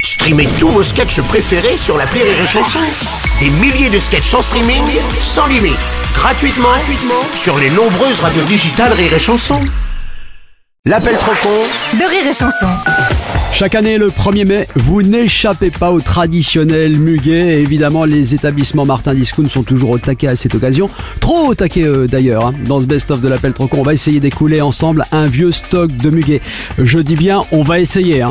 Streamez tous vos sketchs préférés sur la Rire et Chanson. Des milliers de sketchs en streaming, sans limite, gratuitement, gratuitement sur les nombreuses radios digitales Rire et Chanson. L'appel trop con de rire et chanson. Chaque année, le 1er mai, vous n'échappez pas au traditionnel muguet. Et évidemment, les établissements Martin Discount sont toujours au taquet à cette occasion. Trop au taquet euh, d'ailleurs. hein. Dans ce best-of de l'appel trop con, on va essayer d'écouler ensemble un vieux stock de muguet. Je dis bien, on va essayer. hein.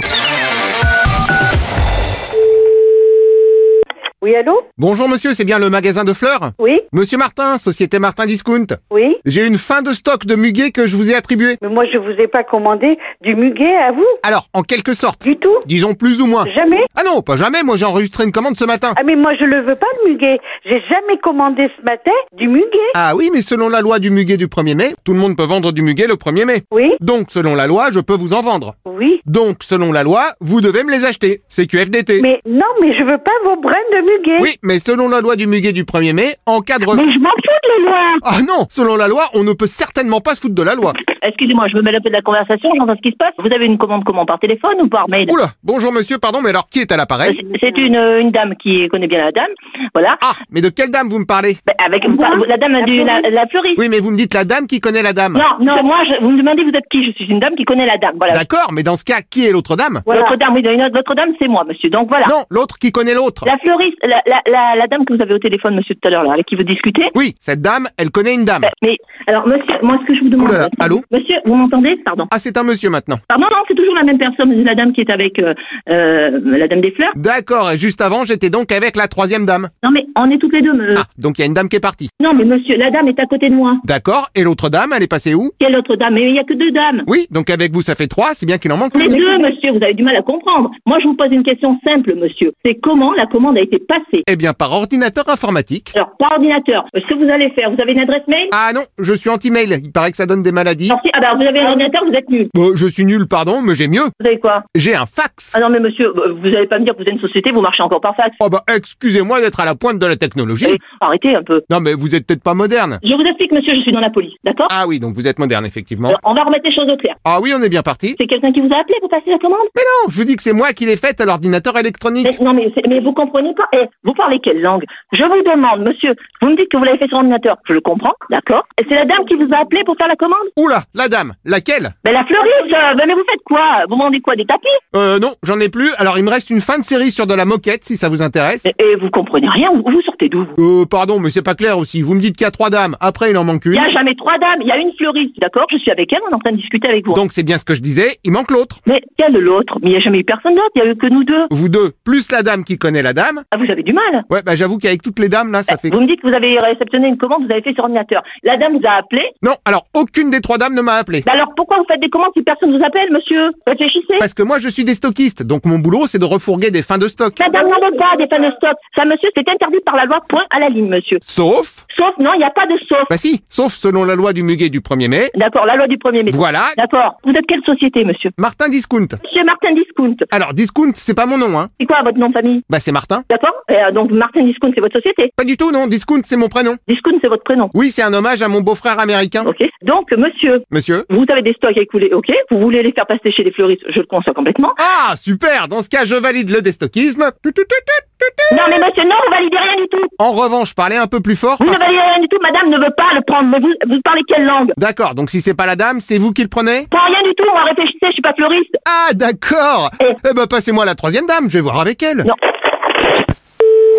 Oui, allô Bonjour monsieur, c'est bien le magasin de fleurs Oui, Monsieur Martin, société Martin Discount. oui. J'ai une fin de stock de muguet que je vous ai attribuée. Mais moi, je vous ai pas commandé du muguet à vous, Alors, en quelque sorte, du tout. disons plus ou moins. Jamais. Ah non, pas jamais, moi j'ai enregistré une commande ce matin. Ah, mais moi, je le veux pas, le muguet. J'ai jamais commandé ce matin du muguet. Ah oui, mais selon la loi du muguet du 1er mai, tout le monde peut vendre du muguet le 1er mai. Oui, Donc, selon la loi, je peux vous en vendre. oui. Donc, selon la loi, vous devez me les acheter. C'est QFDT. Mais non, mais je veux pas vos brins de muguet. Oui, mais selon la loi du muguet du 1er mai, en cas de... ref- Mais je m'en fous de la loi. Ah non, selon la loi, on ne peut certainement pas se foutre de la loi. Excusez-moi, je me mêle un peu de la conversation, j'entends ce qui se passe. Vous avez une commande comment Par téléphone ou par mail Oula, bonjour monsieur, pardon, mais alors qui est à l'appareil C'est- C'est une, euh, une dame qui connaît bien la dame, voilà. Ah, mais de quelle dame vous me parlez Bah, Avec Moi bah, la dame La du la, fleuriste. la fleuriste. Oui, mais vous me dites la dame qui connaît la dame. Non, non, moi, je, vous me demandez vous êtes qui Je suis une dame qui connaît la dame, voilà. D'accord, mais dans ce cas, qui est l'autre dame Voilà. L'autre dame, oui, une autre- l'autre dame, c'est moi, monsieur. Donc voilà. Non, l'autre qui connaît l'autre. La fleuriste, la, la, la, la dame que vous avez au téléphone, monsieur, tout à l'heure, là, avec qui vous discutez. Oui, cette dame, elle connaît une dame. Bah, Mais alors, monsieur, moi, ce que je vous demande. Ouh là là, allô monsieur, vous m'entendez Pardon. Ah, c'est un monsieur maintenant. Pardon, non, c'est toujours la même personne, c'est la dame qui est avec euh, euh, la dame des Mm. fleurs. D'accord, et juste avant, j'étais donc avec la troisième dame. Non, mais on est toutes les deux. euh, me- Ah, donc il y a une dame qui est partie. Non, mais monsieur, la dame est à côté de moi. D'accord, et l'autre dame, elle est passée où Quelle autre dame Mais il n'y a que deux dames. Oui, donc avec vous, ça fait trois, c'est bien qu'il en manque Les une. deux, monsieur, vous avez du mal à comprendre. Moi, je vous pose une question simple, monsieur. C'est comment la commande a été passée Eh bien, par ordinateur informatique. Alors, par ordinateur, ce que vous allez faire, vous avez une adresse mail Ah non, je suis anti-mail, il paraît que ça donne des maladies. Alors, si- Ah, bah, vous avez un ordinateur, vous êtes nul. Bon, je suis nul, pardon, mais j'ai mieux. Vous avez quoi J'ai un fax. Ah non, mais monsieur, euh, vous n'allez pas me dire que vous êtes une société, vous marchez encore par fax. Oh bah, excusez-moi d'être à la pointe de la Eh, technologie. Arrêtez un peu. Non, mais vous êtes peut-être pas moderne. Je vous explique, monsieur, je suis dans la police, d'accord Ah oui, donc vous êtes moderne, effectivement. Alors, on va remettre les choses au clair. Ah oui, on est bien parti. C'est quelqu'un qui vous a appelé pour passer la commande Mais non, je vous dis que c'est moi qui l'ai faite à l'ordinateur électronique. Mais- non, mais, c'est- mais vous comprenez pas. Eh, vous parlez quelle langue Je vous demande, monsieur, vous me dites que vous l'avez fait sur ordinateur. Je le comprends, d'accord Et c'est la dame qui vous a appelé pour faire la commande Oula, la dame, laquelle Mais la fleuriste, euh, ben, mais vous faites quoi Vous vendez quoi Des tapis Euh non, j'en ai plus. Alors il me reste une fin de série sur de la moquette si ça vous intéresse. et, et vous comprenez rien Vous, vous sortez d'où vous Euh pardon, mais c'est pas clair aussi. Vous me dites qu'il y a trois dames, après il en manque Il n'y une. a jamais trois dames, il y a une fleuriste, d'accord Je suis avec elle, on est en train de discuter avec vous. Donc c'est bien ce que je disais, il manque l'autre. Mais quelle l'autre Mais il n'y a jamais eu personne d'autre, il n'y a eu que nous deux. Vous deux, plus la dame qui connaît la dame. Ah, vous avez du mal Ouais, bah j'avoue qu'avec toutes les dames là, ça fait... Vous me dites que vous avez réceptionné une commande, vous avez fait sur ordinateur. La dame vous a appelé. Non, alors aucune des trois dames ne m'a appelé. Ben alors pourquoi vous faites des commandes si personne vous appelle, monsieur Réfléchissez. Parce que moi je suis des stockistes, donc mon boulot c'est de refourguer des fins de stock. Madame, n'en veut pas des fans de stock. Ça, monsieur, c'est interdit par la loi, point à la ligne, monsieur. Sauf... Sauf, non, il n'y a pas de sauf. Bah si, sauf selon la loi du muguet du 1er mai. D'accord, la loi du 1er mai. Voilà, D'accord. Vous êtes quelle société, monsieur Martin Discount. Monsieur Martin Discount. Alors Discount, c'est pas mon nom, hein. C'est quoi votre nom de famille Bah c'est Martin. D'accord Euh, Donc, Martin Discount, c'est votre société. Pas du tout, non. Discount, c'est mon prénom. Discount, c'est votre prénom. Oui, c'est un hommage à mon beau-frère américain. OK Donc, monsieur, Monsieur vous avez des stocks à écouler, OK Vous voulez les faire passer chez les fleuristes, je le conçois complètement. Ah, super Dans ce cas, je valide le déstockisme. Tut, tut, tut, tut. Non, mais monsieur, non, vous validez rien du tout. En revanche, parlez un peu plus fort. Vous parce- ne validez rien du tout. Madame ne veut pas le prendre. Mais vous, vous parlez quelle langue D'accord, donc si c'est pas la dame, c'est vous qui le prenez Pas rien du tout. Moi, réfléchissez, je suis pas fleuriste. Ah, d'accord Eh. Eh ben, passez-moi la troisième dame, je vais voir avec elle. Non.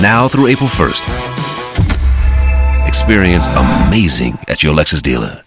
now through April 1st. Experience amazing at your Lexus dealer.